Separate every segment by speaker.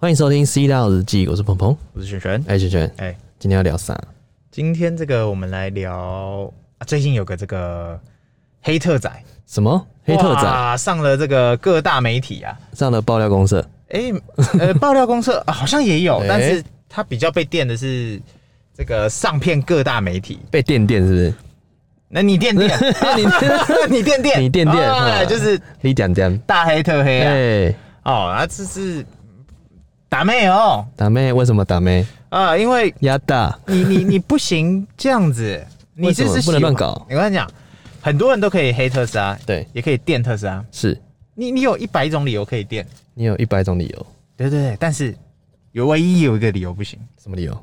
Speaker 1: 欢迎收听《C 大日记》，我是鹏鹏，
Speaker 2: 我是璇璇。
Speaker 1: 哎，圈圈，
Speaker 2: 哎，
Speaker 1: 今天要聊啥？
Speaker 2: 今天这个我们来聊，啊、最近有个这个黑特仔，
Speaker 1: 什么黑特仔
Speaker 2: 哇上了这个各大媒体啊，
Speaker 1: 上了爆料公社？
Speaker 2: 哎、呃，爆料公社、啊、好像也有
Speaker 1: 哎，
Speaker 2: 但是他比较被电的是这个上片各大媒体。
Speaker 1: 被电电是不是？
Speaker 2: 那你 垫垫，
Speaker 1: 啊你
Speaker 2: 你垫垫，
Speaker 1: 你垫垫哦
Speaker 2: 哎
Speaker 1: 哈
Speaker 2: 就是
Speaker 1: 你讲讲，
Speaker 2: 大黑特黑啊，
Speaker 1: 哎，
Speaker 2: 哦，啊，这是打妹哦，
Speaker 1: 打妹为什么打妹？
Speaker 2: 啊，因为
Speaker 1: 压大，
Speaker 2: 你你你不行这样子，你这
Speaker 1: 为
Speaker 2: 是
Speaker 1: 什么不能
Speaker 2: 喜欢
Speaker 1: 乱搞
Speaker 2: 我跟你讲，很多人都可以黑特斯啊拉，
Speaker 1: 对
Speaker 2: 也可以电特斯拉。
Speaker 1: 是
Speaker 2: 你你有一百种理由可以电，
Speaker 1: 你有一百种理由，
Speaker 2: 对对对，但是有唯一有一个理由不行，
Speaker 1: 什么理由？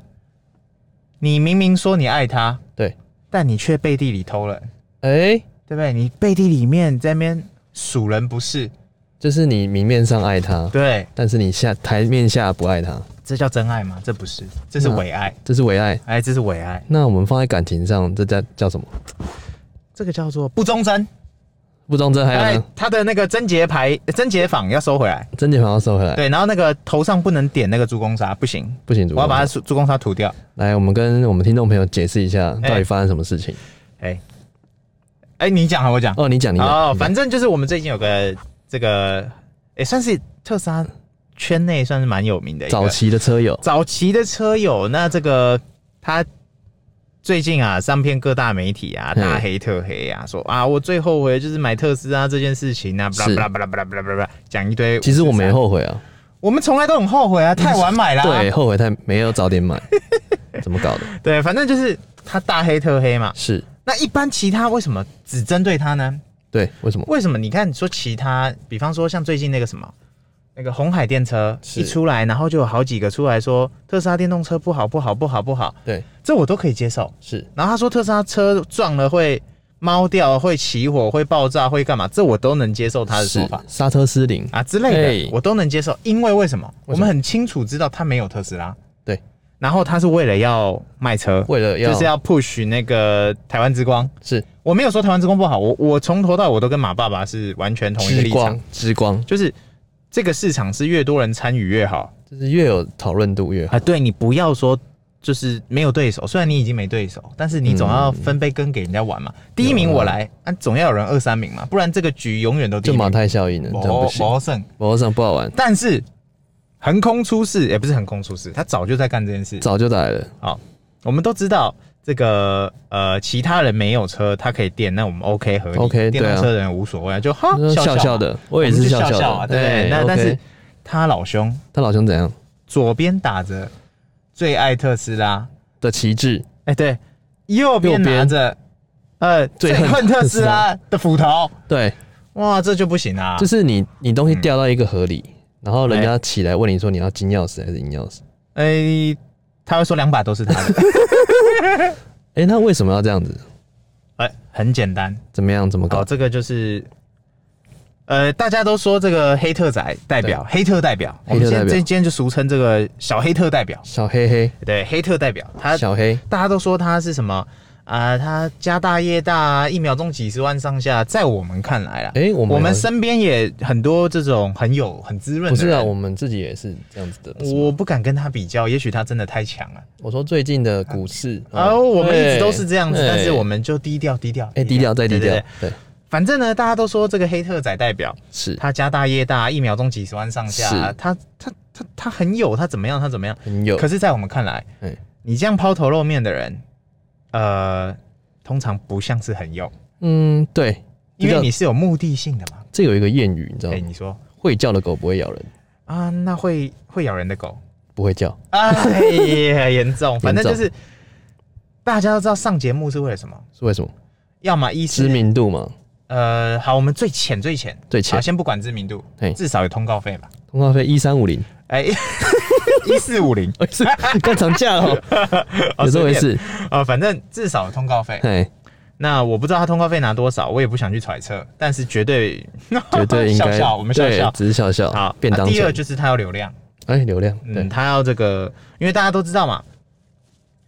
Speaker 2: 你明明说你爱他，
Speaker 1: 对，
Speaker 2: 但你却背地里偷人，
Speaker 1: 哎，
Speaker 2: 对不对？你背地里面在那边数人不是，
Speaker 1: 就是你明面上爱他，
Speaker 2: 对，
Speaker 1: 但是你下台面下不爱他，
Speaker 2: 这叫真爱吗？这不是，这是
Speaker 1: 那
Speaker 2: 伪爱，
Speaker 1: 这是伪爱。
Speaker 2: 哎，这是伪爱，
Speaker 1: 那我们放在感情上，这叫叫什么？
Speaker 2: 这个叫做不忠贞。
Speaker 1: 不忠贞，还有
Speaker 2: 哎
Speaker 1: 呢，，
Speaker 2: 他的那个贞洁牌、贞洁坊要收回来。
Speaker 1: 贞洁牌要收回来，
Speaker 2: 对，然后那个头上不能点那个珠公砂，不行，
Speaker 1: 不行，主
Speaker 2: 我要
Speaker 1: 公
Speaker 2: 把哎它珠珠公砂涂掉。
Speaker 1: 来，我们跟我们听众朋友解释一下，
Speaker 2: 哎
Speaker 1: 到底发生什么事情？
Speaker 2: 哎、哎、你讲啊，我讲。
Speaker 1: 哦，你讲，你讲，
Speaker 2: 哦，
Speaker 1: 你讲
Speaker 2: 反正就是我们最近有个这个，也、算是特斯拉圈内算是蛮有名的一个
Speaker 1: 早期的车友，
Speaker 2: 早期的车友。那这个他最近啊，上片各大媒体啊，
Speaker 1: 嗯
Speaker 2: 大黑特黑啊，说啊，我最后悔就是买特斯拉这件事情啊，巴
Speaker 1: 是
Speaker 2: 拉巴拉巴拉巴拉巴拉巴拉，讲一堆。
Speaker 1: 其实我没，后悔 啊，
Speaker 2: 我们从来都很后悔啊，太晚买了、啊。
Speaker 1: 对，后悔太没有早点 买，怎么搞的？
Speaker 2: 对，反正就是他大黑特黑嘛。
Speaker 1: 是
Speaker 2: 那一般其他为什么只针对他呢？
Speaker 1: 对，为什么？
Speaker 2: 为什么？你看，你说其他，比方说像最近那个什么，那个红海电车
Speaker 1: 是
Speaker 2: 一出来，然后就有好几个出来说特斯拉电动车不好，不好，不好，不好，
Speaker 1: 对，
Speaker 2: 这我都可以接受。
Speaker 1: 是
Speaker 2: 然后他说特斯拉车撞了会猫掉、会起火、会爆炸、会干嘛，这我都能接受他的说
Speaker 1: 是
Speaker 2: 法
Speaker 1: 刹车失灵，
Speaker 2: 啊之类
Speaker 1: 哎
Speaker 2: 的，我都能接受。因为为什么？
Speaker 1: 为什么
Speaker 2: 我们很清楚知道他没有特斯拉，
Speaker 1: 对，
Speaker 2: 然后他是为了要卖车，
Speaker 1: 为了要
Speaker 2: 就是要 push 那个台湾之光。
Speaker 1: 是
Speaker 2: 我没有说台湾之光不好，我我从头到尾都跟马爸爸是完全同一个
Speaker 1: 之
Speaker 2: 立场
Speaker 1: 光，，之光
Speaker 2: 就是这个市场是越多人参与越好
Speaker 1: 就是越有讨论度越好，
Speaker 2: 啊。对你不要说就是没有对手，虽然你已经没对手，但是你总要分杯羹给人家玩嘛。第一名我来，啊，总要有人二三名嘛，不然这个局永远都第
Speaker 1: 就
Speaker 2: 一
Speaker 1: 马
Speaker 2: 名。
Speaker 1: 太效应了，这样不
Speaker 2: 谋
Speaker 1: 行，
Speaker 2: 谋胜，
Speaker 1: 网上不好玩，
Speaker 2: 但是横空出世也、不是横空出世，他早就在干这件事。
Speaker 1: 早就来了，
Speaker 2: 好，我们都知道这个呃，其他人没有车，他可以电，那我们 OK 合理
Speaker 1: OK，
Speaker 2: 电
Speaker 1: 对啊
Speaker 2: 动车的人无所谓啊，就哈
Speaker 1: 那
Speaker 2: 笑
Speaker 1: 笑
Speaker 2: 嘛
Speaker 1: 笑，的，我也
Speaker 2: 们
Speaker 1: 是
Speaker 2: 就
Speaker 1: 笑
Speaker 2: 笑
Speaker 1: 笑
Speaker 2: 啊
Speaker 1: 的，
Speaker 2: 对不对？
Speaker 1: 哎
Speaker 2: 那但
Speaker 1: OK
Speaker 2: 是他老兄
Speaker 1: 他老兄怎样
Speaker 2: 左边打着最爱特斯拉，
Speaker 1: 的旗帜？
Speaker 2: 哎对，右边
Speaker 1: 右边
Speaker 2: 拿着呃
Speaker 1: 最
Speaker 2: 最
Speaker 1: 恨
Speaker 2: 恨特斯拉的斧头，
Speaker 1: 对，
Speaker 2: 哇，这就不行啊！
Speaker 1: 就是你你东西掉到一个河里，然后人家起来问你说你要金钥匙还是银钥匙？
Speaker 2: 哎、他会说两把都是他的，
Speaker 1: 哎、那为什么要这样子？
Speaker 2: 哎、很简单，
Speaker 1: 怎么样？怎么
Speaker 2: 好，
Speaker 1: 搞？
Speaker 2: 这个就是，呃，大家都说这个黑特仔代表，黑特代表，
Speaker 1: 黑特代表
Speaker 2: 我们今天今天就俗称这个小黑特代表，
Speaker 1: 小黑黑，
Speaker 2: 对，黑特代表，他
Speaker 1: 小黑，
Speaker 2: 大家都说他是什么啊、他家大业大，一秒钟几十万上下，在我们看来啦，啊
Speaker 1: 哎、我们
Speaker 2: 我们身边也很多这种很有很滋润
Speaker 1: 不
Speaker 2: 的
Speaker 1: 是
Speaker 2: 人，
Speaker 1: 啊，我们自己也是这样子的。不是吗
Speaker 2: 我不敢跟他比较，也许他真的太强了。
Speaker 1: 我说最近的股市嗯
Speaker 2: 啊，我们一直都是这样子，
Speaker 1: 哦对
Speaker 2: 但是我们就低调低调，
Speaker 1: 哎、低调再低
Speaker 2: 对
Speaker 1: 调
Speaker 2: 对对，
Speaker 1: 对，
Speaker 2: 反正呢，大家都说这个黑特仔代表，
Speaker 1: 是
Speaker 2: 他家大业大，一秒钟几十万上下
Speaker 1: 是，
Speaker 2: 他他他他很有，他怎么样，他怎么样？
Speaker 1: 很有
Speaker 2: 可，是，在我们看来，
Speaker 1: 哎、
Speaker 2: 你这样抛头露面的人，呃，通常不像是很有，
Speaker 1: 嗯，对，这
Speaker 2: 因为
Speaker 1: 叫嗯
Speaker 2: 你是有目的性的嘛。
Speaker 1: 这有一个谚语，你知道
Speaker 2: 哎、
Speaker 1: 吗？
Speaker 2: 你说
Speaker 1: 会叫的狗不会咬人，
Speaker 2: 啊，那会会咬人 的狗，
Speaker 1: 不会叫，
Speaker 2: 哎呀，严重，反正就是大家都知道上节目是为了什么，
Speaker 1: 是为什么？
Speaker 2: 要么一
Speaker 1: 知
Speaker 2: 是
Speaker 1: 名度嘛，
Speaker 2: 呃，好，我们最浅最浅，
Speaker 1: 最
Speaker 2: 好，
Speaker 1: 浅，
Speaker 2: 先不管知名度
Speaker 1: 哎，
Speaker 2: 至少有通告费嘛，
Speaker 1: 通告费一三五零，
Speaker 2: 哎、 一四五零
Speaker 1: 哎是干涨价了哦， 有时候也是，
Speaker 2: 啊，反正至少有通告费。
Speaker 1: 哎，
Speaker 2: 那我不知道他通告费拿多少，我也不想去揣测，但是绝对
Speaker 1: 绝对应
Speaker 2: 笑
Speaker 1: 该，
Speaker 2: 笑，我们笑
Speaker 1: 对
Speaker 2: 笑。
Speaker 1: 只是笑笑，
Speaker 2: 好，
Speaker 1: 便
Speaker 2: 那
Speaker 1: 当
Speaker 2: 第二
Speaker 1: 钱，
Speaker 2: 就是他要流量，
Speaker 1: 哎、流量，对，
Speaker 2: 嗯，他要这个，因为大家都知道嘛，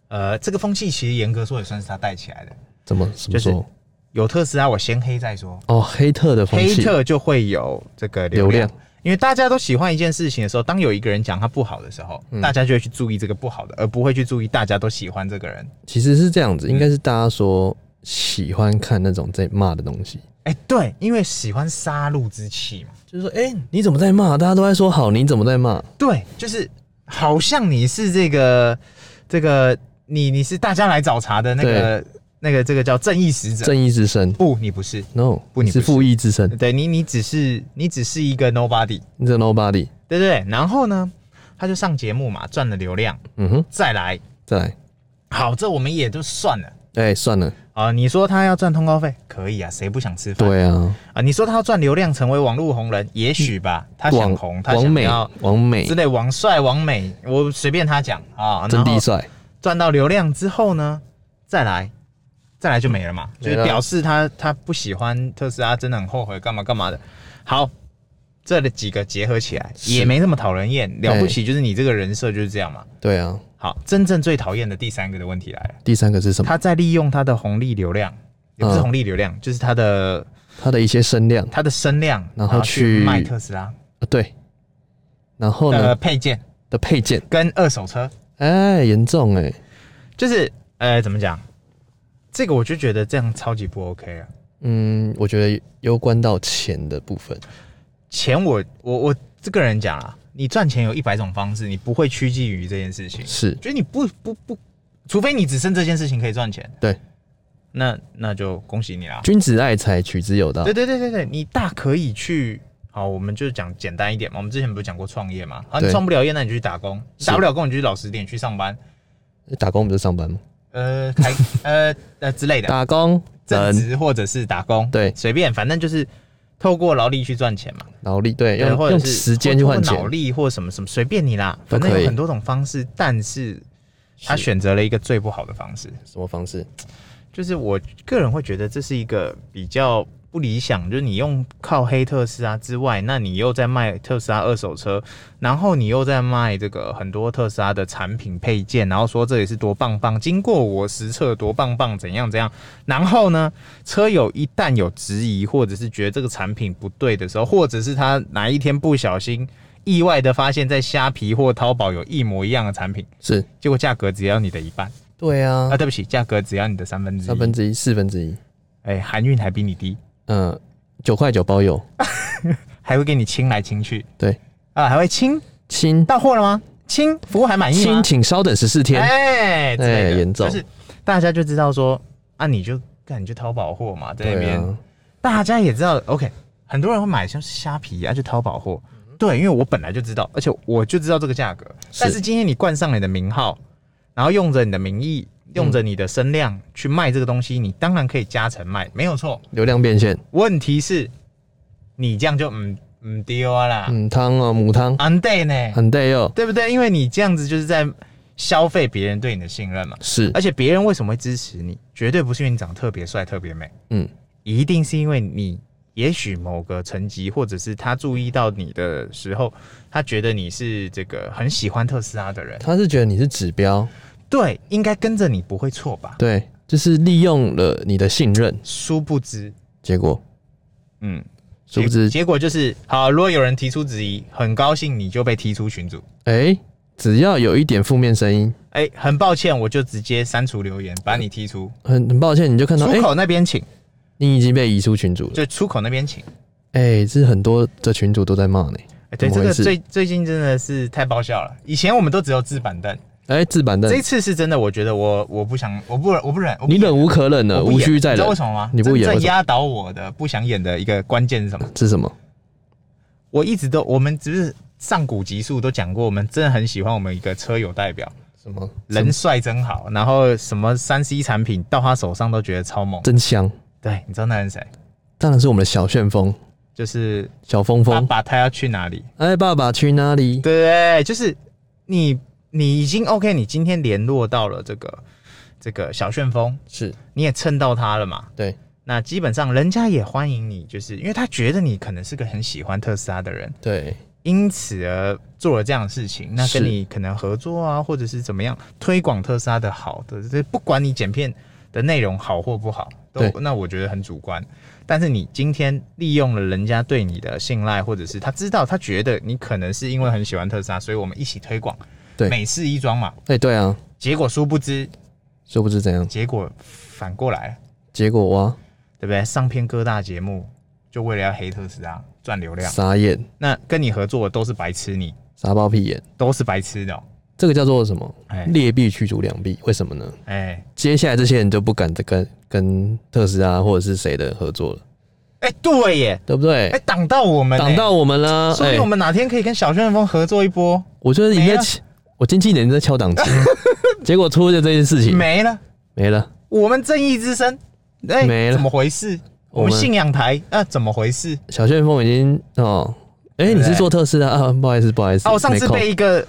Speaker 2: 呃，这个风气其实严格说也算是他带起来的。
Speaker 1: 怎么怎么
Speaker 2: 就是
Speaker 1: 说？
Speaker 2: 有特斯拉，我先黑再说，
Speaker 1: 哦，黑特的风
Speaker 2: 黑
Speaker 1: 气，
Speaker 2: 特就会有这个流
Speaker 1: 流
Speaker 2: 量，
Speaker 1: 量
Speaker 2: 因因为大家都喜欢一件事情的时候，当有一个人讲他不好的时候，
Speaker 1: 嗯
Speaker 2: 大家就会去注意这个不好的，而不会去注意大家都喜欢这个人。
Speaker 1: 其实是这样
Speaker 2: 嗯
Speaker 1: 子，应该是大家说喜欢看那种在骂的东西，
Speaker 2: 哎、对，因为喜欢杀戮之气嘛，就是说，哎、
Speaker 1: 你怎么在骂？大家都在说好，你怎么在骂？
Speaker 2: 对，就是好像你是这个这个你你是大家来找茬的那个那个这个叫正义使者，
Speaker 1: 正义之声
Speaker 2: 不，你不是，
Speaker 1: ？No，
Speaker 2: 不你
Speaker 1: 你
Speaker 2: 不是
Speaker 1: 是负义之声，
Speaker 2: 对你你只是你只是一个 nobody，
Speaker 1: 你是 nobody。
Speaker 2: 对不对？然后呢，他就上节目嘛，赚了流量，
Speaker 1: 嗯哼，
Speaker 2: 再来，
Speaker 1: 再来，
Speaker 2: 好，这我们也就算了。
Speaker 1: 哎、算了，
Speaker 2: 啊、你说他要赚通告费，可以啊，谁不想吃饭？
Speaker 1: 对啊，
Speaker 2: 啊、你说他要赚流量，成为网络红人，也许吧，他想
Speaker 1: 王
Speaker 2: 红，他
Speaker 1: 王
Speaker 2: 想
Speaker 1: 美
Speaker 2: 要，
Speaker 1: 王美
Speaker 2: 之，类，王帅、王美，我随便他讲啊。然
Speaker 1: 真
Speaker 2: 后
Speaker 1: 地帅，
Speaker 2: 赚到流量之后呢，再来，再来就没了嘛，就
Speaker 1: 没了
Speaker 2: 是表示他他不喜欢特斯拉，真的很后悔，干嘛干嘛的。好，这里几个结合起来
Speaker 1: 是
Speaker 2: 也没那么讨人厌，了不起就是你这个人设就是这样嘛。
Speaker 1: 对啊。
Speaker 2: 好，真正最讨厌的第三个的问题来了，
Speaker 1: 第三个是什么？
Speaker 2: 他在利用他的红利流量，也不是
Speaker 1: 嗯
Speaker 2: 红利流量，就是他的
Speaker 1: 他的一些声量，
Speaker 2: 他的声量，
Speaker 1: 然后
Speaker 2: 去
Speaker 1: 去哦
Speaker 2: 卖特斯拉
Speaker 1: 呃对，然后呢
Speaker 2: 的配件
Speaker 1: 的配件，
Speaker 2: 跟二手车，
Speaker 1: 哎，严重哎、
Speaker 2: 就是呃怎么讲？这个我就觉得这样超级不 OK 啊。
Speaker 1: 嗯，我觉得攸关到钱的部分，
Speaker 2: 钱我我我这个人讲啦，你赚钱有一百种方式，你不会屈居于这件事情，
Speaker 1: 是
Speaker 2: 就是你不不不，除非你只剩这件事情可以赚钱，
Speaker 1: 对，
Speaker 2: 那那就恭喜你啦。
Speaker 1: 君子爱财，取之有道
Speaker 2: 对，对对对对，你大可以去。好，我们就讲简单一点嘛。我们之前不是讲过创业嘛？啊，你
Speaker 1: 对
Speaker 2: 创不了业，那你就去打工；
Speaker 1: 是
Speaker 2: 打不了工，你就去老实点去上班，
Speaker 1: 打工不是上班吗？
Speaker 2: 呃，开呃呃之类的，
Speaker 1: 打工
Speaker 2: 正
Speaker 1: 人
Speaker 2: 职或者是打工，
Speaker 1: 对
Speaker 2: 随便，反正就是透过劳力去赚钱嘛。
Speaker 1: 劳力，对，
Speaker 2: 对，或
Speaker 1: 用
Speaker 2: 者
Speaker 1: 用
Speaker 2: 是
Speaker 1: 时间去换
Speaker 2: 或者
Speaker 1: 钱
Speaker 2: 脑，力或什么什么，随便你啦，
Speaker 1: 都
Speaker 2: 反
Speaker 1: 可
Speaker 2: 正
Speaker 1: 以
Speaker 2: 有很多种方式，但是他选择了一个最不好的方式，
Speaker 1: 什么方式？
Speaker 2: 就是我个人会觉得这是一个比较不理想，就是你用靠黑特斯拉之外，那你又在卖特斯拉二手车，然后你又在卖这个很多特斯拉的产品配件，然后说这也是多棒棒，经过我实测多棒棒，怎样怎样，然后呢，车友一旦有质疑或者是觉得这个产品不对的时候，或者是他哪一天不小心意外的发现，在虾皮或淘宝有一模一样的产品，
Speaker 1: 是
Speaker 2: 结果价格只要你的一半
Speaker 1: 对啊
Speaker 2: 啊，，对不起，价格只要你的三分之一，
Speaker 1: 三分之一、四分之一，
Speaker 2: 哎、韩运还比你低，
Speaker 1: 嗯，九块九包邮，
Speaker 2: 还会给你亲来亲去
Speaker 1: 对，
Speaker 2: 啊，还会亲
Speaker 1: 亲
Speaker 2: 到货了吗？亲服务还满意吗
Speaker 1: 亲，？请稍等十四天，
Speaker 2: 哎、之类
Speaker 1: 哎
Speaker 2: 的
Speaker 1: 严重
Speaker 2: 就是大家就知道说啊，你就干你就淘宝货嘛，在那
Speaker 1: 对
Speaker 2: 边、
Speaker 1: 啊，
Speaker 2: 大家也知道，OK，很多人会买像是虾皮啊，就淘宝货。对，因为我本来就知道，而且我就知道这个价格。
Speaker 1: 是
Speaker 2: 但是今天你冠上你的名号，然后用着你的名义，用
Speaker 1: 嗯
Speaker 2: 着你的声量去卖这个东西，你当然可以加成卖，没有错。
Speaker 1: 流量变现，
Speaker 2: 问题是，你这样就嗯嗯丢啊啦，
Speaker 1: 嗯，汤哦，母汤，
Speaker 2: 安对呢，
Speaker 1: 很对哟，
Speaker 2: 对不对？因为你这样子就是在消费别人对你的信任嘛。
Speaker 1: 是，
Speaker 2: 而且别人为什么会支持你，绝对不是因为你长得特别帅、特别美，
Speaker 1: 嗯，
Speaker 2: 一定是因为你也许某个层级，或者是他注意到你的时候，他觉得你是这个很喜欢特斯拉的人，
Speaker 1: 他是觉得你是指标，
Speaker 2: 对，应该跟着你不会错吧？
Speaker 1: 对，就是利用了你的信任，
Speaker 2: 殊不知，
Speaker 1: 结果
Speaker 2: 嗯，
Speaker 1: 殊不知，
Speaker 2: 结果就是好。如果有人提出质疑，很高兴你就被踢出群组。
Speaker 1: 哎、只要有一点负面声音，
Speaker 2: 哎、很抱歉，我就直接删除留言，把你踢出。
Speaker 1: 很很抱歉，你就看到，哎、
Speaker 2: 出口那边请，
Speaker 1: 你已经被移出群组了。
Speaker 2: 就出口那边请。
Speaker 1: 哎、这很多的群主都在骂你。
Speaker 2: 哎对，
Speaker 1: 怎么
Speaker 2: 这
Speaker 1: 回
Speaker 2: 个
Speaker 1: 事
Speaker 2: 最最近真的是太爆笑了。以前我们都只有置板凳，
Speaker 1: 哎、置板凳
Speaker 2: 这，一次是真的，我觉得我我不想，我不我不忍，我不
Speaker 1: 你忍无可忍了，
Speaker 2: 我不演
Speaker 1: 无需再
Speaker 2: 你知
Speaker 1: 忍
Speaker 2: 道为。什么吗？
Speaker 1: 你不演为
Speaker 2: 真正
Speaker 1: 什么
Speaker 2: 压倒我的不想演的一个关键是什么？
Speaker 1: 是什么？
Speaker 2: 我一直都，我们只是上古集数都讲过，我们真的很喜欢我们一个车友代表，
Speaker 1: 什么
Speaker 2: 人帅真好，然后什么三 C 产品到他手上都觉得超猛。
Speaker 1: 真香？
Speaker 2: 对，你知道那人谁？
Speaker 1: 当然是我们的小旋风
Speaker 2: 就是
Speaker 1: 小峰
Speaker 2: 爸
Speaker 1: 峰。
Speaker 2: 爸他要去哪里？
Speaker 1: 哎、爸爸去哪里？
Speaker 2: 对，就是你你已经 OK，你今天联络到了这个这个小旋风，
Speaker 1: 是
Speaker 2: 你也蹭到他了嘛？
Speaker 1: 对，
Speaker 2: 那基本上人家也欢迎你，就是因为他觉得你可能是个很喜欢特斯拉的人，
Speaker 1: 对，
Speaker 2: 因此而做了这样的事情。那跟
Speaker 1: 是
Speaker 2: 你可能合作啊，或者是怎么样推广特斯拉的好的，这不管你剪片的内容好或不好，都
Speaker 1: 对
Speaker 2: 那我觉得很主观。但是你今天利用了人家对你的信赖，或者是他知道他觉得你可能是因为很喜欢特斯拉，所以我们一起推广，
Speaker 1: 对
Speaker 2: 美式一装嘛。
Speaker 1: 哎、对啊，
Speaker 2: 结果殊不知，
Speaker 1: 殊不知怎样，
Speaker 2: 结果反过来了，
Speaker 1: 结果哇，
Speaker 2: 对不对？上片各大节目就为了要黑特斯拉赚流量，
Speaker 1: 傻眼，
Speaker 2: 那跟你合作的都是白痴你，
Speaker 1: 傻包屁眼，
Speaker 2: 都是白痴的哦、
Speaker 1: 这个叫做什么？
Speaker 2: 哎
Speaker 1: 劣币驱逐良币，为什么呢？
Speaker 2: 哎
Speaker 1: 接下来这些人就不敢再跟跟特斯拉或者是谁的合作了，
Speaker 2: 哎，对耶，
Speaker 1: 对不对？
Speaker 2: 哎，挡到我们，
Speaker 1: 挡，到我们啦！
Speaker 2: 所以
Speaker 1: 哎
Speaker 2: 我们哪天可以跟小旋风合作一波？
Speaker 1: 我觉得应
Speaker 2: 没
Speaker 1: 该
Speaker 2: 了
Speaker 1: 起，我经纪人在敲 档期，结果出了这件事情，
Speaker 2: 没了，
Speaker 1: 没了。
Speaker 2: 我们正义之声，哎，
Speaker 1: 没了
Speaker 2: 怎么回事？
Speaker 1: 我
Speaker 2: 我
Speaker 1: 们
Speaker 2: 们信仰台啊，怎么回事？
Speaker 1: 小旋风已经哦，哎、
Speaker 2: 对
Speaker 1: 你
Speaker 2: 不
Speaker 1: 是
Speaker 2: 对
Speaker 1: 做特斯拉啊？不好意思，不好意思，
Speaker 2: 啊，我上次
Speaker 1: 没空
Speaker 2: 被一个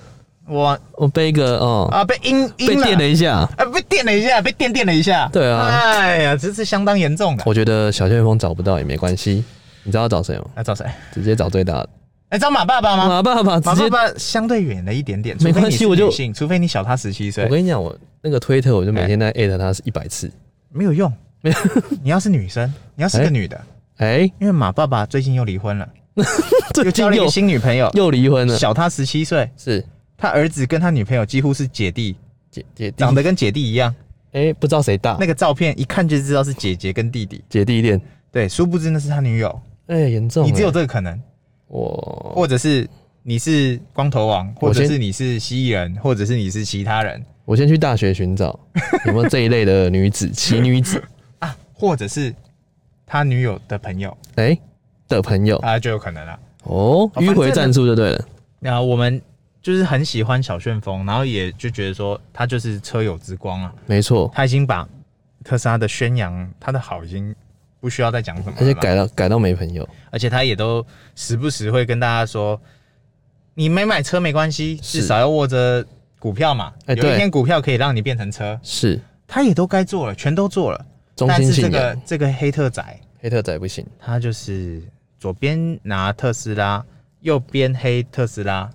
Speaker 2: 我
Speaker 1: 我被一个哦，
Speaker 2: 啊被阴
Speaker 1: 被
Speaker 2: 阴
Speaker 1: 电了一下。
Speaker 2: 啊，被电了一下，被电电了一下。
Speaker 1: 对啊
Speaker 2: 哎呀，这是相当严重的。啊
Speaker 1: 我觉得小旋风找不到也没关系，你知道要找谁吗？
Speaker 2: 那找谁？
Speaker 1: 直接找最大的
Speaker 2: 啊哎，找马爸爸吗？
Speaker 1: 马爸爸，直
Speaker 2: 马
Speaker 1: 接
Speaker 2: 爸爸相对远了一点点，
Speaker 1: 没关系
Speaker 2: 除非你是
Speaker 1: 我就
Speaker 2: 女性除非你小他十七岁
Speaker 1: 我，跟你讲，我那个推特我就每天在艾特他是一百次。
Speaker 2: 没有 用。你要是女生，你要是
Speaker 1: 哎
Speaker 2: 个女的，
Speaker 1: 哎、
Speaker 2: 因为马爸爸最近又离婚了，
Speaker 1: 最
Speaker 2: 又
Speaker 1: 近
Speaker 2: 交了一
Speaker 1: 又
Speaker 2: 个新女朋友，
Speaker 1: 又离婚了，
Speaker 2: 小他十七岁，
Speaker 1: 是
Speaker 2: 他儿子跟他女朋友几乎是姐弟，
Speaker 1: 姐姐弟
Speaker 2: 长得跟姐弟一样，
Speaker 1: 哎、不知道谁大，
Speaker 2: 那个照片一看就知道是姐姐跟弟弟。
Speaker 1: 姐弟恋，
Speaker 2: 对，殊不知那是他女友，
Speaker 1: 哎、严重、欸。
Speaker 2: 你只有这个可能，
Speaker 1: 我，
Speaker 2: 或者是你是光头王，
Speaker 1: 我
Speaker 2: 或者
Speaker 1: 先
Speaker 2: 是你是蜥蜴人，或者是你是其他人
Speaker 1: 我先去大学寻 找有没有这一类的女子奇女子，
Speaker 2: 啊，或者是他女友的朋友，
Speaker 1: 哎、的朋友
Speaker 2: 啊，就有可能了。
Speaker 1: 哦，
Speaker 2: 反正
Speaker 1: 迂回战术就对了。
Speaker 2: 那我们就是很喜欢小旋风，然后也就觉得说他就是车友之光啊，
Speaker 1: 没错，
Speaker 2: 他已经把特斯拉的宣扬，他的好已经不需要再讲什么了嘛，
Speaker 1: 而且改到改到没朋友，
Speaker 2: 而且他也都时不时会跟大家说，你没买车没关系，
Speaker 1: 是
Speaker 2: 至少要握着股票嘛，
Speaker 1: 哎
Speaker 2: 有
Speaker 1: 对
Speaker 2: 一天股票可以让你变成车，
Speaker 1: 是
Speaker 2: 他也都该做了，全都做了，
Speaker 1: 中
Speaker 2: 但
Speaker 1: 心
Speaker 2: 是这
Speaker 1: 信
Speaker 2: 个
Speaker 1: 仰，
Speaker 2: 这个黑特仔，
Speaker 1: 黑特仔不行，
Speaker 2: 他就是左边拿特斯拉，右边黑特斯拉，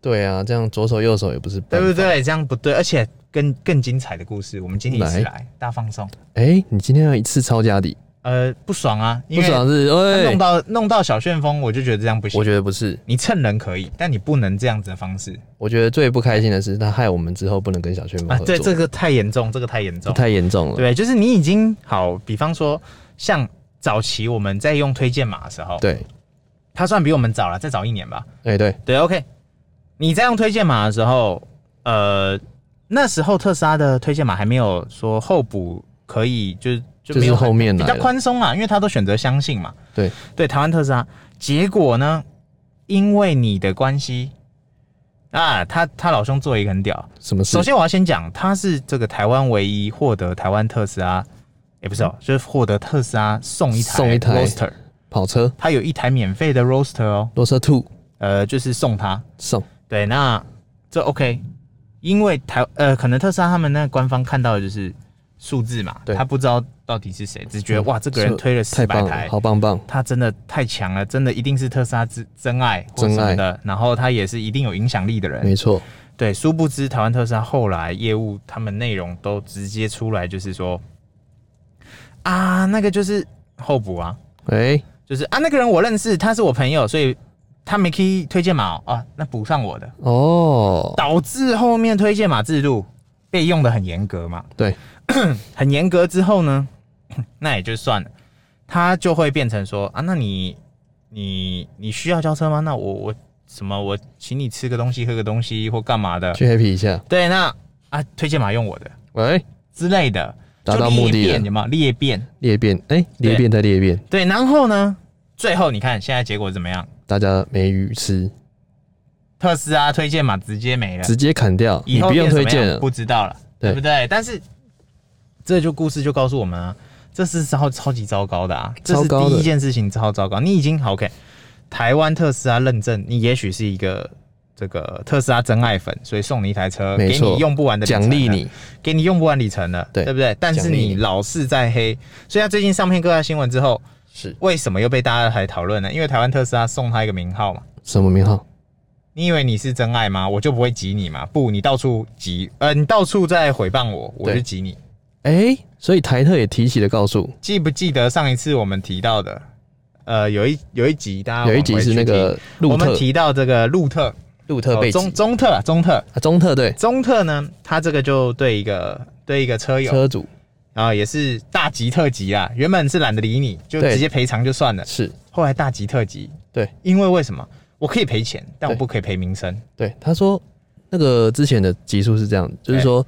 Speaker 1: 对啊，这样左手右手也不是办
Speaker 2: 对
Speaker 1: 法
Speaker 2: 不？对？这样不对，而且更更精彩的故事，我们今天一起
Speaker 1: 来
Speaker 2: 来大放送。
Speaker 1: 哎、你今天要一次抄家底，
Speaker 2: 呃，不爽啊，因
Speaker 1: 不
Speaker 2: 为
Speaker 1: 爽是
Speaker 2: 他
Speaker 1: 哎、
Speaker 2: 弄到弄到小旋风，我就觉得这样不行
Speaker 1: 我。觉得不是，
Speaker 2: 你蹭人可以，但你不能这样子的方式
Speaker 1: 我觉得最不开心的是他害我们之后不能跟小旋风
Speaker 2: 啊！
Speaker 1: 合作，
Speaker 2: 对，这个太严重，这个太严
Speaker 1: 这
Speaker 2: 重。
Speaker 1: 太严重了。
Speaker 2: 对，就是你已经好，比方说像早期我们在用推荐码的时候，
Speaker 1: 对，
Speaker 2: 他算比我们早了，再早一年吧。
Speaker 1: 哎、对，
Speaker 2: 对，OK，你在用推荐码的时候，呃，那时候特斯拉的推荐码还没有说候补可以，就是
Speaker 1: 就
Speaker 2: 就没
Speaker 1: 是
Speaker 2: 有
Speaker 1: 后面
Speaker 2: 比
Speaker 1: 来
Speaker 2: 较
Speaker 1: 了，
Speaker 2: 宽松啊啦，因为他都选择相信嘛。
Speaker 1: 对
Speaker 2: 对，台湾特斯拉，结果呢，因为你的关系啊，他他老兄做了一个很屌。
Speaker 1: 什么事
Speaker 2: 首？先我要先讲，他是这个台湾唯一获得台湾特斯拉，也、不是哦，就是获得特斯拉送一台
Speaker 1: 嗯送一台
Speaker 2: Roaster，
Speaker 1: 跑车
Speaker 2: 他有一台免费的 Roaster 哦，
Speaker 1: 罗车兔
Speaker 2: 呃，就是送他。
Speaker 1: 送，
Speaker 2: 对，那这 OK，因为台呃，可能特斯拉他们那官方看到的就是数字嘛，
Speaker 1: 对
Speaker 2: 他不知道到底是谁，只觉得、哇，这个人
Speaker 1: 这
Speaker 2: 推了
Speaker 1: 太
Speaker 2: 四百
Speaker 1: 棒
Speaker 2: 台
Speaker 1: 了，，好棒棒，
Speaker 2: 他真的太强了，真的一定是特斯拉之真爱或什么的，然后他也是一定有影响力的人。
Speaker 1: 没错，
Speaker 2: 对，殊不知台湾特斯拉后来业务他们内容都直接出来，就是说啊，那个就是候补啊，
Speaker 1: 哎、
Speaker 2: 就是啊那个人我认识，他是我朋友，所以他没 key 推荐码哦啊，那补上我的，
Speaker 1: 哦，
Speaker 2: 导致后面推荐码制度被用的很严格嘛，
Speaker 1: 对，
Speaker 2: 很严格之后呢，那也就算了，他就会变成说啊，那你你你需要交车吗？那我我什么我请你吃个东西、喝个东西或干嘛的？
Speaker 1: 去 happy 一下，
Speaker 2: 对，那啊推荐码用我的
Speaker 1: 喂、
Speaker 2: 之类的，
Speaker 1: 达到
Speaker 2: 就裂
Speaker 1: 目的
Speaker 2: 变
Speaker 1: 了，
Speaker 2: 有没有裂变？
Speaker 1: 裂变，哎、裂变再裂变，
Speaker 2: 对，然后呢，最后你看现在结果怎么样？
Speaker 1: 大家没鱼吃，
Speaker 2: 特斯拉推荐码直接没了，
Speaker 1: 直接砍掉，
Speaker 2: 以
Speaker 1: 你
Speaker 2: 后
Speaker 1: 不用
Speaker 2: 变什么
Speaker 1: 推
Speaker 2: 样
Speaker 1: 荐了，
Speaker 2: 不知道了，
Speaker 1: 对
Speaker 2: 对不对？但是这就故事就告诉我们啊，这是超超级糟糕的啊，这是
Speaker 1: 糟糕的
Speaker 2: 第一件事情超糟糕。你已经好 OK，台湾特斯拉认证，你也许是一个这个特斯拉真爱粉，所以送你一台车，
Speaker 1: 没
Speaker 2: 给
Speaker 1: 错
Speaker 2: 你用不完的里程
Speaker 1: 奖励
Speaker 2: 了，
Speaker 1: 你，
Speaker 2: 给你用不完里程了，
Speaker 1: 对
Speaker 2: 对不对？但是
Speaker 1: 奖励你
Speaker 2: 你老是在黑，所以他最近上片各大新闻之后，
Speaker 1: 是
Speaker 2: 为什么又被大家来讨论呢？因为台湾特斯拉送他一个名号嘛。
Speaker 1: 什么名号？
Speaker 2: 你以为你是真爱吗？我就不会挤你嘛？不，你到处挤，呃，你到处在诽谤我，我就挤你。
Speaker 1: 哎、哎、所以台特也提起了告诉，
Speaker 2: 记不记得上一次我们提到的？呃，有一有一集大家
Speaker 1: 有一集
Speaker 2: 啊往回
Speaker 1: 是
Speaker 2: 去
Speaker 1: 那个
Speaker 2: 听
Speaker 1: 路
Speaker 2: 我们
Speaker 1: 特
Speaker 2: 提到这个路特，
Speaker 1: 路特
Speaker 2: 哦
Speaker 1: 被击、
Speaker 2: 中中特啊，中特，
Speaker 1: 啊中特对
Speaker 2: 中特呢，他这个就对一个对一个车友，
Speaker 1: 车主
Speaker 2: 然啊后也是大吉特吉啊，原本是懒得理你，就
Speaker 1: 对
Speaker 2: 直接赔偿就算了，
Speaker 1: 是
Speaker 2: 后来大吉特吉，
Speaker 1: 对，
Speaker 2: 因为为什么？我可以赔钱，但我
Speaker 1: 对
Speaker 2: 不可以赔名声。
Speaker 1: 对他说那个之前的集数是这样，就是说。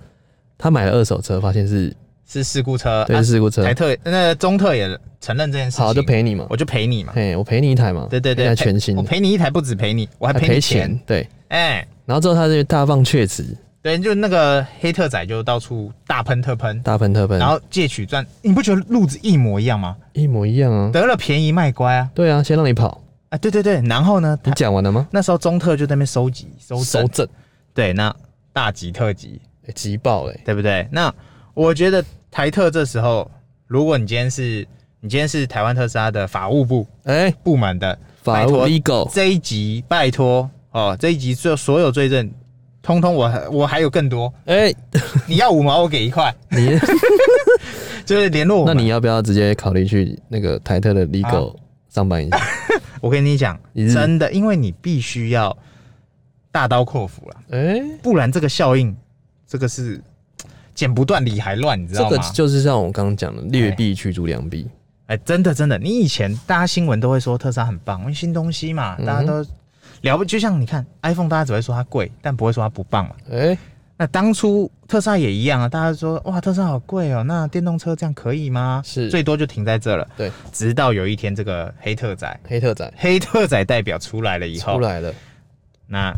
Speaker 1: 他买了二手车，发现是
Speaker 2: 是事故车，
Speaker 1: 对
Speaker 2: 啊
Speaker 1: 是事故车，
Speaker 2: 台特那中特也承认这件事情，
Speaker 1: 好就，赔你嘛，
Speaker 2: 我就赔你嘛。
Speaker 1: 嘿，我赔你一台嘛，
Speaker 2: 对对对，
Speaker 1: 赔
Speaker 2: 赔
Speaker 1: 台全新
Speaker 2: 我
Speaker 1: 的，
Speaker 2: 赔你一台，不止赔你，我还赔你
Speaker 1: 赔
Speaker 2: 钱。
Speaker 1: 钱，对。
Speaker 2: 哎、
Speaker 1: 然后之后他就大放厥词，
Speaker 2: 对，就那个黑特仔就到处大喷特喷，
Speaker 1: 大喷特喷，
Speaker 2: 然后借取赚，你不觉得路子一模一样吗？
Speaker 1: 一模一样啊，
Speaker 2: 得了便宜卖乖啊！
Speaker 1: 对啊，先让你跑，
Speaker 2: 啊，对对对，然后呢，
Speaker 1: 你
Speaker 2: 他
Speaker 1: 讲完了吗？
Speaker 2: 那时候中特就在那边收集收
Speaker 1: 收
Speaker 2: 整，
Speaker 1: 正，
Speaker 2: 对，那大吉特吉，
Speaker 1: 欸急爆哎，
Speaker 2: 对不对？那我觉得台特这时候，如果你今天是你今天是台湾特斯拉的法务部
Speaker 1: 哎，
Speaker 2: 部门的，
Speaker 1: 法务
Speaker 2: 拜托
Speaker 1: legal
Speaker 2: 这一集拜托哦，这一集所所有罪证，通通我还我还有更多，
Speaker 1: 哎，
Speaker 2: 你要五毛我给一块，
Speaker 1: 你
Speaker 2: 就是联络我
Speaker 1: 那
Speaker 2: 们。
Speaker 1: 你要不要直接考虑去那个台
Speaker 2: 啊
Speaker 1: 特的 legal 上班一 下？
Speaker 2: 我跟你讲，
Speaker 1: 你是
Speaker 2: 真的，因为你必须要大刀阔斧了，
Speaker 1: 哎，
Speaker 2: 不然这个效应，这个是剪不断理还乱，你知
Speaker 1: 这
Speaker 2: 道
Speaker 1: 个
Speaker 2: 吗？
Speaker 1: 就是像我刚刚讲的，劣币驱逐良币，
Speaker 2: 哎、真的真的，你以前大家新闻都会说特斯拉很棒，因为新东西
Speaker 1: 嗯
Speaker 2: 嘛，大家都了不，就像你看 iPhone，大家只会说它贵，但不会说它不棒嘛。
Speaker 1: 哎，
Speaker 2: 那当初特斯拉也一样啊，大家说哇，特斯拉好贵哦，那电动车这样可以吗？
Speaker 1: 是
Speaker 2: 最多就停在这了。
Speaker 1: 对，
Speaker 2: 直到有一天这个黑特仔，
Speaker 1: 黑特仔
Speaker 2: 黑特仔代表出来了以后
Speaker 1: 出，来了，
Speaker 2: 那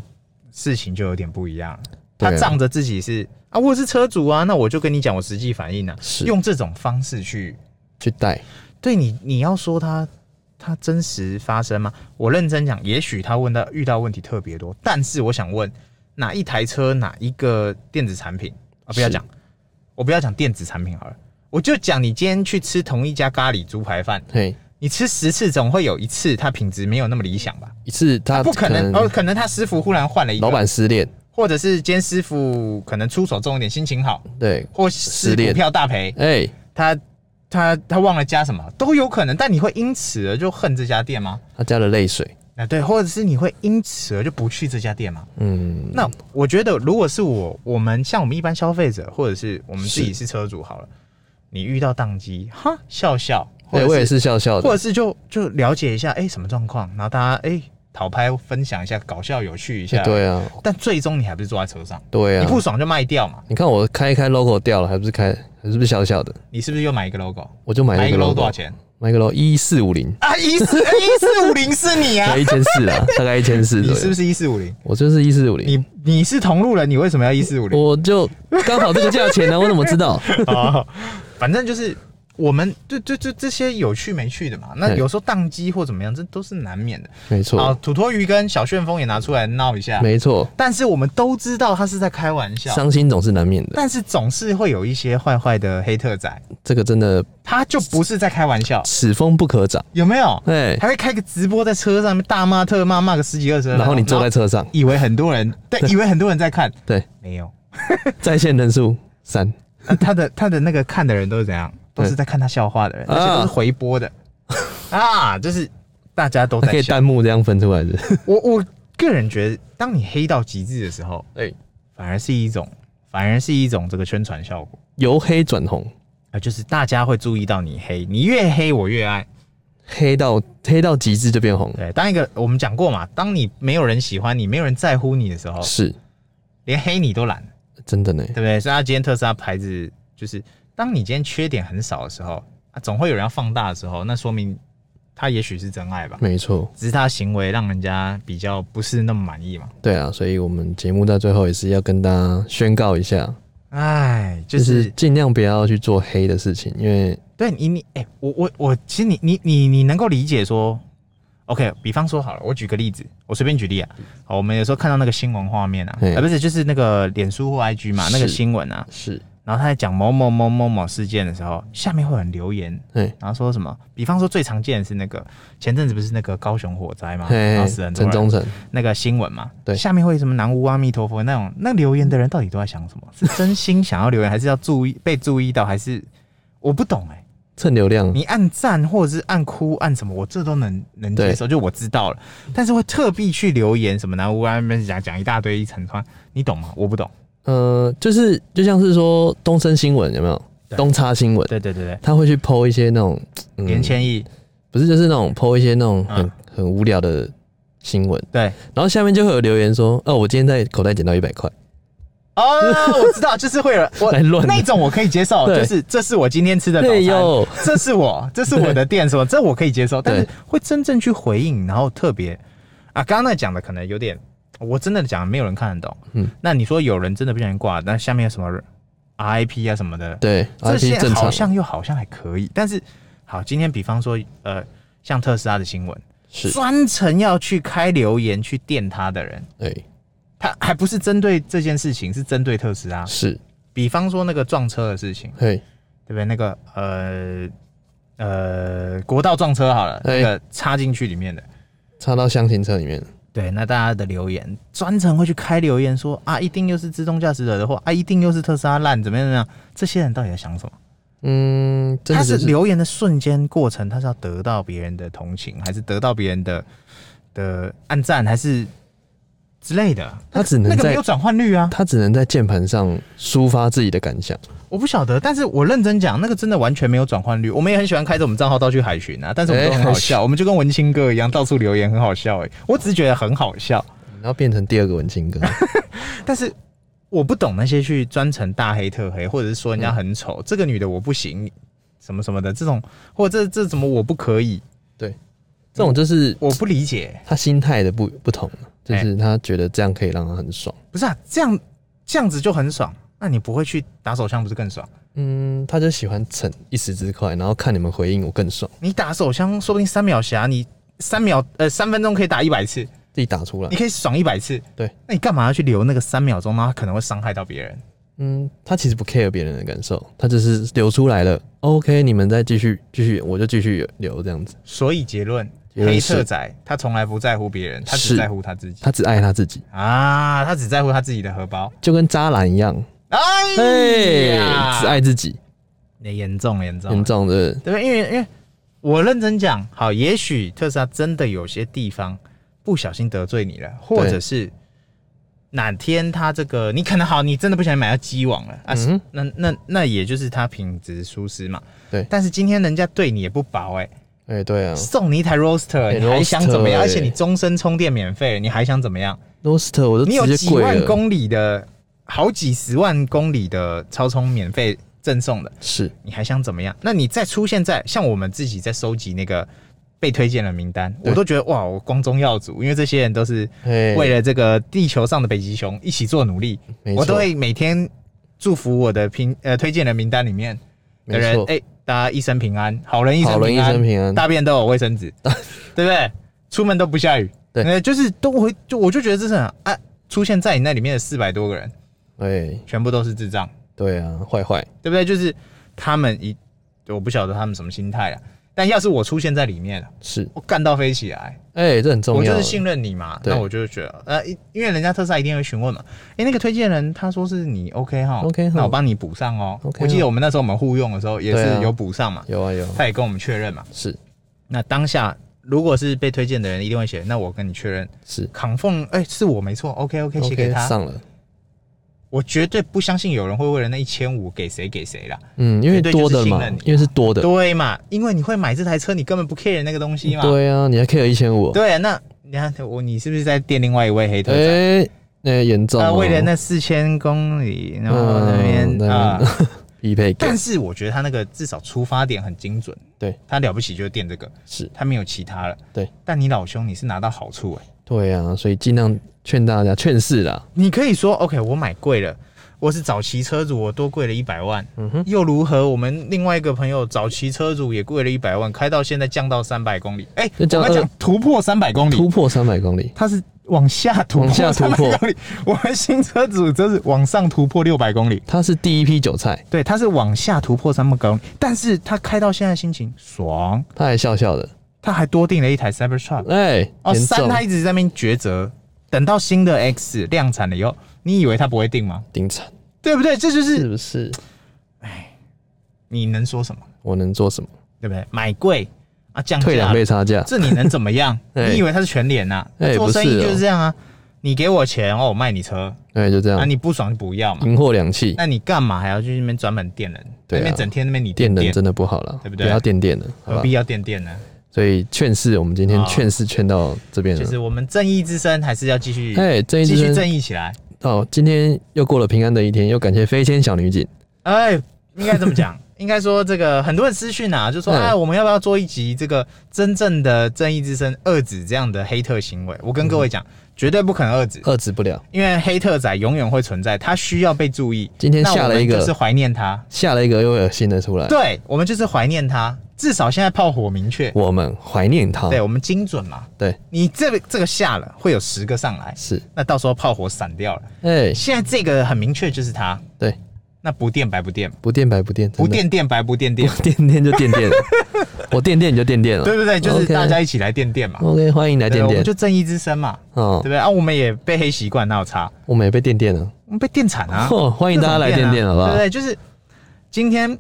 Speaker 2: 事情就有点不一样了。
Speaker 1: 对啊
Speaker 2: 他仗着自己是啊，我是车主啊，那我就跟你讲我实际反应啊，
Speaker 1: 是
Speaker 2: 用这种方式去
Speaker 1: 去带，
Speaker 2: 对你，你要说他他真实发生吗？我认真讲，也许他问到遇到问题特别多，但是我想问，哪一台车哪一个电子产品啊？不要
Speaker 1: 是
Speaker 2: 讲，我不要讲电子产品好了，我就讲你今天去吃同一家咖喱猪排饭，
Speaker 1: 嘿，
Speaker 2: 你吃十次总会有一次它品质没有那么理想吧？
Speaker 1: 一次他
Speaker 2: 不可能，哦，可能他师傅忽然换了一个
Speaker 1: 啊老，板失恋，
Speaker 2: 或者是今天师傅可能出手重一点，心情好，
Speaker 1: 对，
Speaker 2: 或是
Speaker 1: 失恋
Speaker 2: 股票大赔，
Speaker 1: 哎，
Speaker 2: 他他他忘了加什么都有可能，但你会因此而就恨这家店吗？
Speaker 1: 他加了泪水，
Speaker 2: 啊，对，或者是你会因此而就不去这家店吗？
Speaker 1: 嗯，
Speaker 2: 那我觉得，如果是我，我们像我们一般消费者，或者是我们自己是车主好了，你遇到宕机，哈，笑笑，或
Speaker 1: 对我也
Speaker 2: 者是，
Speaker 1: 是笑笑的，
Speaker 2: 或者是就就了解一下，哎、什么状况，然后大家哎、讨拍分享一下，搞笑有趣一下，
Speaker 1: 对啊，
Speaker 2: 但最终你还不是坐在车上，
Speaker 1: 对
Speaker 2: 你
Speaker 1: 啊，
Speaker 2: 不爽就卖掉嘛，
Speaker 1: 你看我开一开 logo 掉了，还不是开，还是不是小小的，
Speaker 2: 你是不是又买一个 logo？
Speaker 1: 我就买了
Speaker 2: 买一
Speaker 1: 个
Speaker 2: 个 logo 多
Speaker 1: logo，啊
Speaker 2: 少钱？
Speaker 1: 买一个 logo 一四五零，
Speaker 2: 啊，一四一四五零是你啊
Speaker 1: 才？一千四 啦，大概一千四
Speaker 2: 你
Speaker 1: 左
Speaker 2: 是不
Speaker 1: 右。
Speaker 2: 是一四五零？
Speaker 1: 我就是一四五零，
Speaker 2: 你你是同路人，你为什么要一四五零？
Speaker 1: 我就刚好这个价钱呢，啊 我怎么知道？
Speaker 2: 哦反正就是我们对对对这些有趣没趣的嘛。那
Speaker 1: 对
Speaker 2: 有时候宕机或怎么样，这都是难免的。
Speaker 1: 没
Speaker 2: 啊
Speaker 1: 错，，
Speaker 2: 土托鱼跟小旋风也拿出来闹一下，
Speaker 1: 没错，
Speaker 2: 但是我们都知道他是在开玩笑。
Speaker 1: 伤心总是难免的，
Speaker 2: 但是总是会有一些坏坏的黑特仔，
Speaker 1: 这个真的
Speaker 2: 他就不是在开玩笑，
Speaker 1: 此风不可长。
Speaker 2: 有没有？
Speaker 1: 哎，
Speaker 2: 还会开个直播在车上面大骂特骂，骂个十几二十个人。
Speaker 1: 然后你坐在车上，
Speaker 2: 以为很多人对，以为很多人在看，
Speaker 1: 对，
Speaker 2: 没有，
Speaker 1: 在线人数三，
Speaker 2: 呃他的他的那个看的人都是怎样？都是在看他笑话的人，
Speaker 1: 嗯啊
Speaker 2: 而且都是回 播的啊，就是大家都
Speaker 1: 它可
Speaker 2: 在
Speaker 1: 以
Speaker 2: 笑。
Speaker 1: 弹幕这样分出来的。
Speaker 2: 我我个人觉得，当你黑到极致的时候，
Speaker 1: 哎，
Speaker 2: 反而是一种，反而是一种这个宣传效果
Speaker 1: 由黑转红，
Speaker 2: 啊，就是大家会注意到你黑，你越黑我越爱。
Speaker 1: 黑到黑到极致就变红，
Speaker 2: 对，当一个我们讲过嘛，当你没有人喜欢你，没有人在乎你的时候，
Speaker 1: 是
Speaker 2: 连黑你都懒，
Speaker 1: 真的呢。
Speaker 2: 对不对？所以他啊今天特斯拉牌子就是，当你今天缺点很少的时候，啊，总会有人要放大的时候，那说明他也许是真爱吧。
Speaker 1: 没错，
Speaker 2: 只是他的行为让人家比较不是那么满意嘛。
Speaker 1: 对啊，所以我们节目在最后也是要跟大家宣告一下，
Speaker 2: 哎，就、
Speaker 1: 就是是尽量不要去做黑的事情，因为
Speaker 2: 对你你哎、我我我，其实你你你你能够理解说，OK，比方说好了，我举个例子，我随便举例啊。好，我们有时候看到那个新闻画面啊，
Speaker 1: 嗯
Speaker 2: 啊不是就是那个脸书或 IG 嘛，那个
Speaker 1: 是
Speaker 2: 新闻啊，
Speaker 1: 是
Speaker 2: 然然后他在讲某某某某某事件的时候，下面会有人留言，
Speaker 1: 嘿，
Speaker 2: 然后说什么？比方说最常见的是那个前阵子不是那个高雄火灾嘛，
Speaker 1: 嘿
Speaker 2: 然后
Speaker 1: 嘿
Speaker 2: 啊死很多
Speaker 1: 陈
Speaker 2: 人
Speaker 1: 忠诚，
Speaker 2: 那个新闻嘛，
Speaker 1: 对
Speaker 2: 下面会什么南无阿弥陀佛那种，那留言的人到底都在想什么？ 是真心想要留言，还是要注意被注意到，还是我不懂哎、
Speaker 1: 蹭流量，
Speaker 2: 你按赞或者是按哭按什么，我这都能能接受，就我知道了。但是会特地去留言什么南无阿弥陀佛讲讲一大堆一长串，你懂吗？我不懂。
Speaker 1: 呃，就是就像是说东森新闻有没有？
Speaker 2: 对
Speaker 1: 东差新闻，
Speaker 2: 对对对对，
Speaker 1: 他会去剖一些那种嗯
Speaker 2: 连千亿
Speaker 1: 不是就是那种剖一些那种很、
Speaker 2: 嗯
Speaker 1: 很无聊的新闻，
Speaker 2: 对。
Speaker 1: 然后下面就会有留言说，哦，我今天在口袋捡到一百块，
Speaker 2: 哦，我知道，就是会有人我
Speaker 1: 来乱的
Speaker 2: 那种我可以接受，
Speaker 1: 对
Speaker 2: 就是这是我今天吃的早
Speaker 1: 对
Speaker 2: 餐，
Speaker 1: 哟，
Speaker 2: 这是 我这是我的店什么，这我可以接受，但是
Speaker 1: 对
Speaker 2: 会真正去回应，然后特别啊，刚刚那讲的可能有点，我真的讲没有人看得懂，
Speaker 1: 嗯
Speaker 2: 嗯，那你说有人真的不小心挂，那下面有什么 RIP 啊什么的，
Speaker 1: 对，
Speaker 2: 这
Speaker 1: RP
Speaker 2: 些
Speaker 1: 正
Speaker 2: 好
Speaker 1: 常
Speaker 2: 像又好像还可以，但是好，今天比方说呃，像特斯拉的新闻，
Speaker 1: 是，
Speaker 2: 专程要去开留言去电他的人。
Speaker 1: 哎、
Speaker 2: 他还不是针对这件事情，是针对特斯拉。
Speaker 1: 是，
Speaker 2: 比方说那个撞车的事情，
Speaker 1: 嘿，
Speaker 2: 对不对？那个呃呃国道撞车好了，
Speaker 1: 哎
Speaker 2: 那个插进去里面的，
Speaker 1: 插到箱型车里面，
Speaker 2: 对，那大家的留言专程会去开留言说啊，一定又是自动驾驶惹的祸啊，一定又是特斯拉烂，怎么样怎么样？这些人到底在想什么？
Speaker 1: 嗯，真
Speaker 2: 他
Speaker 1: 的
Speaker 2: 是
Speaker 1: 就是
Speaker 2: 留言的瞬间过程，他是要得到别人的同情，还是得到别人的的暗赞，还是之类的？
Speaker 1: 他只能
Speaker 2: 那个没
Speaker 1: 在
Speaker 2: 有转换率啊，
Speaker 1: 他只能在键盘上抒发自己的感想，
Speaker 2: 我不晓得，但是我认真讲，那个真的完全没有转换率。我们也很喜欢开着我们账号到处海巡啊，但是我们都很好笑，我们就跟文青哥一样到处留言，很好笑哎、我只是觉得很好笑，
Speaker 1: 然后变成第二个文青 哥，
Speaker 2: 但是我不懂那些去专程大黑特黑，或者是说人家很丑，这个女的我不行，什么什么的这种，或者这这怎么我不可以，
Speaker 1: 这种就是
Speaker 2: 我不理解。
Speaker 1: 他心态的不不同，就是他觉得这样可以让他很爽。
Speaker 2: 不是啊，这样这样子就很爽，那你不会去打手枪不是更爽？
Speaker 1: 嗯，他就喜欢逞一时之快，然后看你们回应我更爽，
Speaker 2: 你打手枪，说不定三秒侠你三秒呃三分钟可以打一百次。
Speaker 1: 自己打出来
Speaker 2: 你。可以爽一百次。
Speaker 1: 对，
Speaker 2: 那你干嘛要去留那个三秒钟呢？然后可能会伤害到别人。
Speaker 1: 嗯，他其实不 care 别人的感受，他就是流出来了。OK，你们再继续继续，我就继续流这样子。
Speaker 2: 所以结论，
Speaker 1: 结论
Speaker 2: 黑
Speaker 1: 是
Speaker 2: 色仔他从来不在乎别人，他只
Speaker 1: 是
Speaker 2: 在乎他自己
Speaker 1: 他只爱他自己，
Speaker 2: 啊，他只在乎他自己的荷包。
Speaker 1: 就跟渣男一样，
Speaker 2: 哎
Speaker 1: 嘿，只
Speaker 2: 呀，
Speaker 1: 爱自己，
Speaker 2: 那严重严重
Speaker 1: 很重的。
Speaker 2: 对不对？因为因为我认真讲，好，也许特斯拉真的有些地方不小心得罪你了，或者是哪天他这个你可能好，你真的不小心买到鸡网了啊，
Speaker 1: 嗯
Speaker 2: 那那那也就是它品质疏失嘛。
Speaker 1: 对
Speaker 2: 但是今天人家对你也不薄哎、
Speaker 1: 哎、对啊
Speaker 2: 送你一台 Roaster，、
Speaker 1: 哎
Speaker 2: 你还想怎么样？
Speaker 1: Roadster，
Speaker 2: 而且你终身充电免费，你还想怎么样？
Speaker 1: ，Roster 我都
Speaker 2: 你有
Speaker 1: 直接
Speaker 2: 几
Speaker 1: 跪
Speaker 2: 万
Speaker 1: 了。
Speaker 2: 公里的，好几十万公里的超充免费赠送的。
Speaker 1: 是，
Speaker 2: 你还想怎么样？那你再出现在像我们自己在收集那个被推荐的名单，
Speaker 1: 对
Speaker 2: 我都觉得哇，我光宗耀祖，因为这些人都是
Speaker 1: 哎，
Speaker 2: 为了这个地球上的北极熊一起做努力，
Speaker 1: 没
Speaker 2: 我都
Speaker 1: 错，
Speaker 2: 会每天祝福我的评呃推荐的名单里面
Speaker 1: 没
Speaker 2: 的人，
Speaker 1: 错，
Speaker 2: 哎、大家一生平安，好人一
Speaker 1: 好
Speaker 2: 生
Speaker 1: 人一
Speaker 2: 平安，
Speaker 1: 生平安。
Speaker 2: 大便都有卫 生纸，对不对？出门都不下雨，
Speaker 1: 对
Speaker 2: 呃就是都会，就我就觉得这是很啊，出现在你那里面的四百多个人，
Speaker 1: 哎，
Speaker 2: 全部都是智障。
Speaker 1: 对啊，坏坏，
Speaker 2: 对不对？就是他们一，我不晓得他们什么心态啊。但要是我出现在里面，
Speaker 1: 是，
Speaker 2: 我干到飞起来，
Speaker 1: 哎、这很
Speaker 2: 我
Speaker 1: 重
Speaker 2: 就
Speaker 1: 要
Speaker 2: 是。信任你嘛。
Speaker 1: 对
Speaker 2: 那我就觉得，呃，因因为人家特斯拉一定会询问嘛。哎，那个推荐人他说是你 OK 哈
Speaker 1: OK 哈
Speaker 2: 那我帮你补上哦。
Speaker 1: OK 哈
Speaker 2: 我记得我们那时候我们互用的时候也
Speaker 1: 对啊
Speaker 2: 是有补上嘛，
Speaker 1: 有啊有 啊，
Speaker 2: 他也跟我们确认嘛。
Speaker 1: 是
Speaker 2: 那当下如果是被推荐的人，一定会写，那我跟你确认
Speaker 1: 是
Speaker 2: ，confirm，哎，是我没错，OK OK，写给
Speaker 1: ，OK
Speaker 2: 他。
Speaker 1: 上了。
Speaker 2: 我绝对不相信有人会为了那一千五给谁给谁啦。
Speaker 1: 嗯，因为
Speaker 2: 绝哎对就
Speaker 1: 多
Speaker 2: 是
Speaker 1: 的
Speaker 2: 信
Speaker 1: 嘛
Speaker 2: 任你，
Speaker 1: 因为是多的，
Speaker 2: 对嘛？因为你会买这台车，你根本不 care 那个东西嘛。
Speaker 1: 对啊，你还 care 一千五，
Speaker 2: 对啊那你看我，你是不是在电另外一位黑特仔？
Speaker 1: 哎，那严重
Speaker 2: 他
Speaker 1: 哦，
Speaker 2: 为了啊那四千公里，然后
Speaker 1: 嗯
Speaker 2: 那边啊、
Speaker 1: 那边匹配感
Speaker 2: 但是我觉得他那个至少出发点很精准。
Speaker 1: 对，
Speaker 2: 他了不起就是电这个，
Speaker 1: 是，
Speaker 2: 他没有其他了。
Speaker 1: 对，
Speaker 2: 但你老兄你是拿到好处哎、
Speaker 1: 对啊，所以尽量劝大家劝世啦，
Speaker 2: 你可以说 OK，我买贵了，我是早期车主，我多贵了一百万，
Speaker 1: 嗯哼，
Speaker 2: 又如何？我们另外一个朋友早期车主也贵了一百万，开到现在降到三百公里，哎、
Speaker 1: 那
Speaker 2: 我
Speaker 1: 降
Speaker 2: 们
Speaker 1: 二
Speaker 2: 讲突破三百公里
Speaker 1: 突，破三百公里，
Speaker 2: 它是往下突破，
Speaker 1: 往下突破
Speaker 2: 公里。 我们新车主则是往上突破六百公里，
Speaker 1: 他是第一批韭菜，
Speaker 2: 对，它是往下突破三百公里，但是他开到现在心情爽，
Speaker 1: 他还笑笑的，
Speaker 2: 他还多订了一台 Cybertruck。
Speaker 1: 哎、
Speaker 2: 哦，
Speaker 1: 严
Speaker 2: 三
Speaker 1: 重
Speaker 2: 他一直在那边抉择，等到新的 X 量产了以后，你以为他不会定吗？
Speaker 1: 顶惨，
Speaker 2: 对不对？这就是
Speaker 1: 是不是？
Speaker 2: 你能说什么？
Speaker 1: 我能做什么？
Speaker 2: 对不对？买贵啊，降价
Speaker 1: 退两倍差价，
Speaker 2: 这你能怎么 样？
Speaker 1: 哎
Speaker 2: 你以为他是全脸呐、
Speaker 1: 哎
Speaker 2: 做生
Speaker 1: 不
Speaker 2: 意
Speaker 1: 是哦
Speaker 2: 就是这样啊。你给我钱哦，我卖你车
Speaker 1: 哎，就这
Speaker 2: 啊，
Speaker 1: 样，
Speaker 2: 你不爽就不要嘛。
Speaker 1: 银货两气，
Speaker 2: 那你干嘛还要去那边专门电人？
Speaker 1: 对啊
Speaker 2: 那边整天那边你
Speaker 1: 电
Speaker 2: 电
Speaker 1: 人，真的不好了，
Speaker 2: 对不对
Speaker 1: 要电电了，好
Speaker 2: 何
Speaker 1: 吧
Speaker 2: 必？要电电呢？
Speaker 1: 所以劝世，我们今天
Speaker 2: 啊
Speaker 1: 劝世劝到这边
Speaker 2: 就
Speaker 1: 了
Speaker 2: 是。我们正义之声还是要继续
Speaker 1: 哎，这一
Speaker 2: 继续
Speaker 1: 支
Speaker 2: 正义起来。
Speaker 1: 哦，今天又过了平安的一天，又感谢飞天小女警。
Speaker 2: 哎，应该这么讲， 应该说这个很多人私讯啊，就说
Speaker 1: 嗯
Speaker 2: 哎，我们要不要做一集这个真正的正义之声遏止这样的黑特行为？我跟各位讲，
Speaker 1: 嗯
Speaker 2: 绝对不可能遏止，
Speaker 1: 遏制不了。
Speaker 2: 因为黑特仔永远会存在，他需要被注意。
Speaker 1: 今天
Speaker 2: 那
Speaker 1: 下
Speaker 2: 我
Speaker 1: 了
Speaker 2: 们
Speaker 1: 一
Speaker 2: 就是
Speaker 1: 个，呃
Speaker 2: 怀念他，
Speaker 1: 下了一个又恶心的出来。
Speaker 2: 对我们就是怀念他，至少现在炮火明确，
Speaker 1: 我们怀念他。
Speaker 2: 对我们精准嘛。
Speaker 1: 对，
Speaker 2: 你这个这个下了会有十个上来，
Speaker 1: 是，
Speaker 2: 那到时候炮火散掉了。
Speaker 1: 哎，
Speaker 2: 现在这个很明确就是他，
Speaker 1: 对，
Speaker 2: 那不电白不电，
Speaker 1: 不电白不电，
Speaker 2: 不
Speaker 1: 真的
Speaker 2: 电电白不电电。
Speaker 1: 不电电就电 电了，我电电你就电电了。
Speaker 2: 对不对？就是
Speaker 1: OK
Speaker 2: 大家一起来垫垫嘛，
Speaker 1: OK，欢迎来
Speaker 2: 对
Speaker 1: 电
Speaker 2: 我们
Speaker 1: 电。
Speaker 2: 就正义之声嘛，对
Speaker 1: 哦
Speaker 2: 不，对？啊，我们也被黑习惯，那有差？
Speaker 1: 我们也被电电了。
Speaker 2: 我们被电惨啊！
Speaker 1: 哦， 欢迎大家来电电，好不
Speaker 2: 对
Speaker 1: 好
Speaker 2: 不？对？就是今天，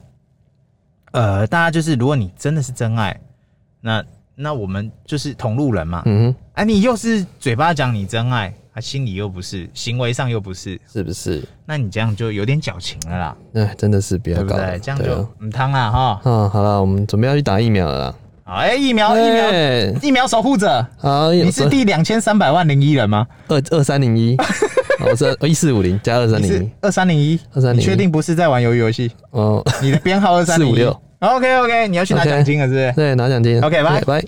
Speaker 2: 呃，大家就是，如果你真的是真爱，那那我们就是同路人嘛。
Speaker 1: 嗯哼，
Speaker 2: 啊，你又是嘴巴讲你真爱，啊，心里又不是，行为上又不是，
Speaker 1: 是不是？
Speaker 2: 那你这样就有点矫情了啦，
Speaker 1: 哎，真的是不要
Speaker 2: 对不
Speaker 1: 搞了
Speaker 2: 对？，这样
Speaker 1: 对
Speaker 2: 就
Speaker 1: 啊。
Speaker 2: 嗯汤啦哈。
Speaker 1: 啊，好了，我们准备要去打疫苗了啦。
Speaker 2: 好，哎，疫苗疫苗
Speaker 1: 哎，
Speaker 2: 疫苗守护者，
Speaker 1: 好，
Speaker 2: 你是第两千三百万零一人吗？
Speaker 1: 二二三零 一，我是哦一四五零加二三
Speaker 2: 你
Speaker 1: 零
Speaker 2: 是
Speaker 1: 一，
Speaker 2: 二三零一，
Speaker 1: 2301
Speaker 2: 你确定不是在玩鱿鱼游戏？
Speaker 1: 哦，
Speaker 2: 你的编号二三零一
Speaker 1: 456。
Speaker 2: OK OK，你要去拿
Speaker 1: OK
Speaker 2: 奖金了是不是？
Speaker 1: 对，拿奖金。
Speaker 2: OK，拜
Speaker 1: 拜。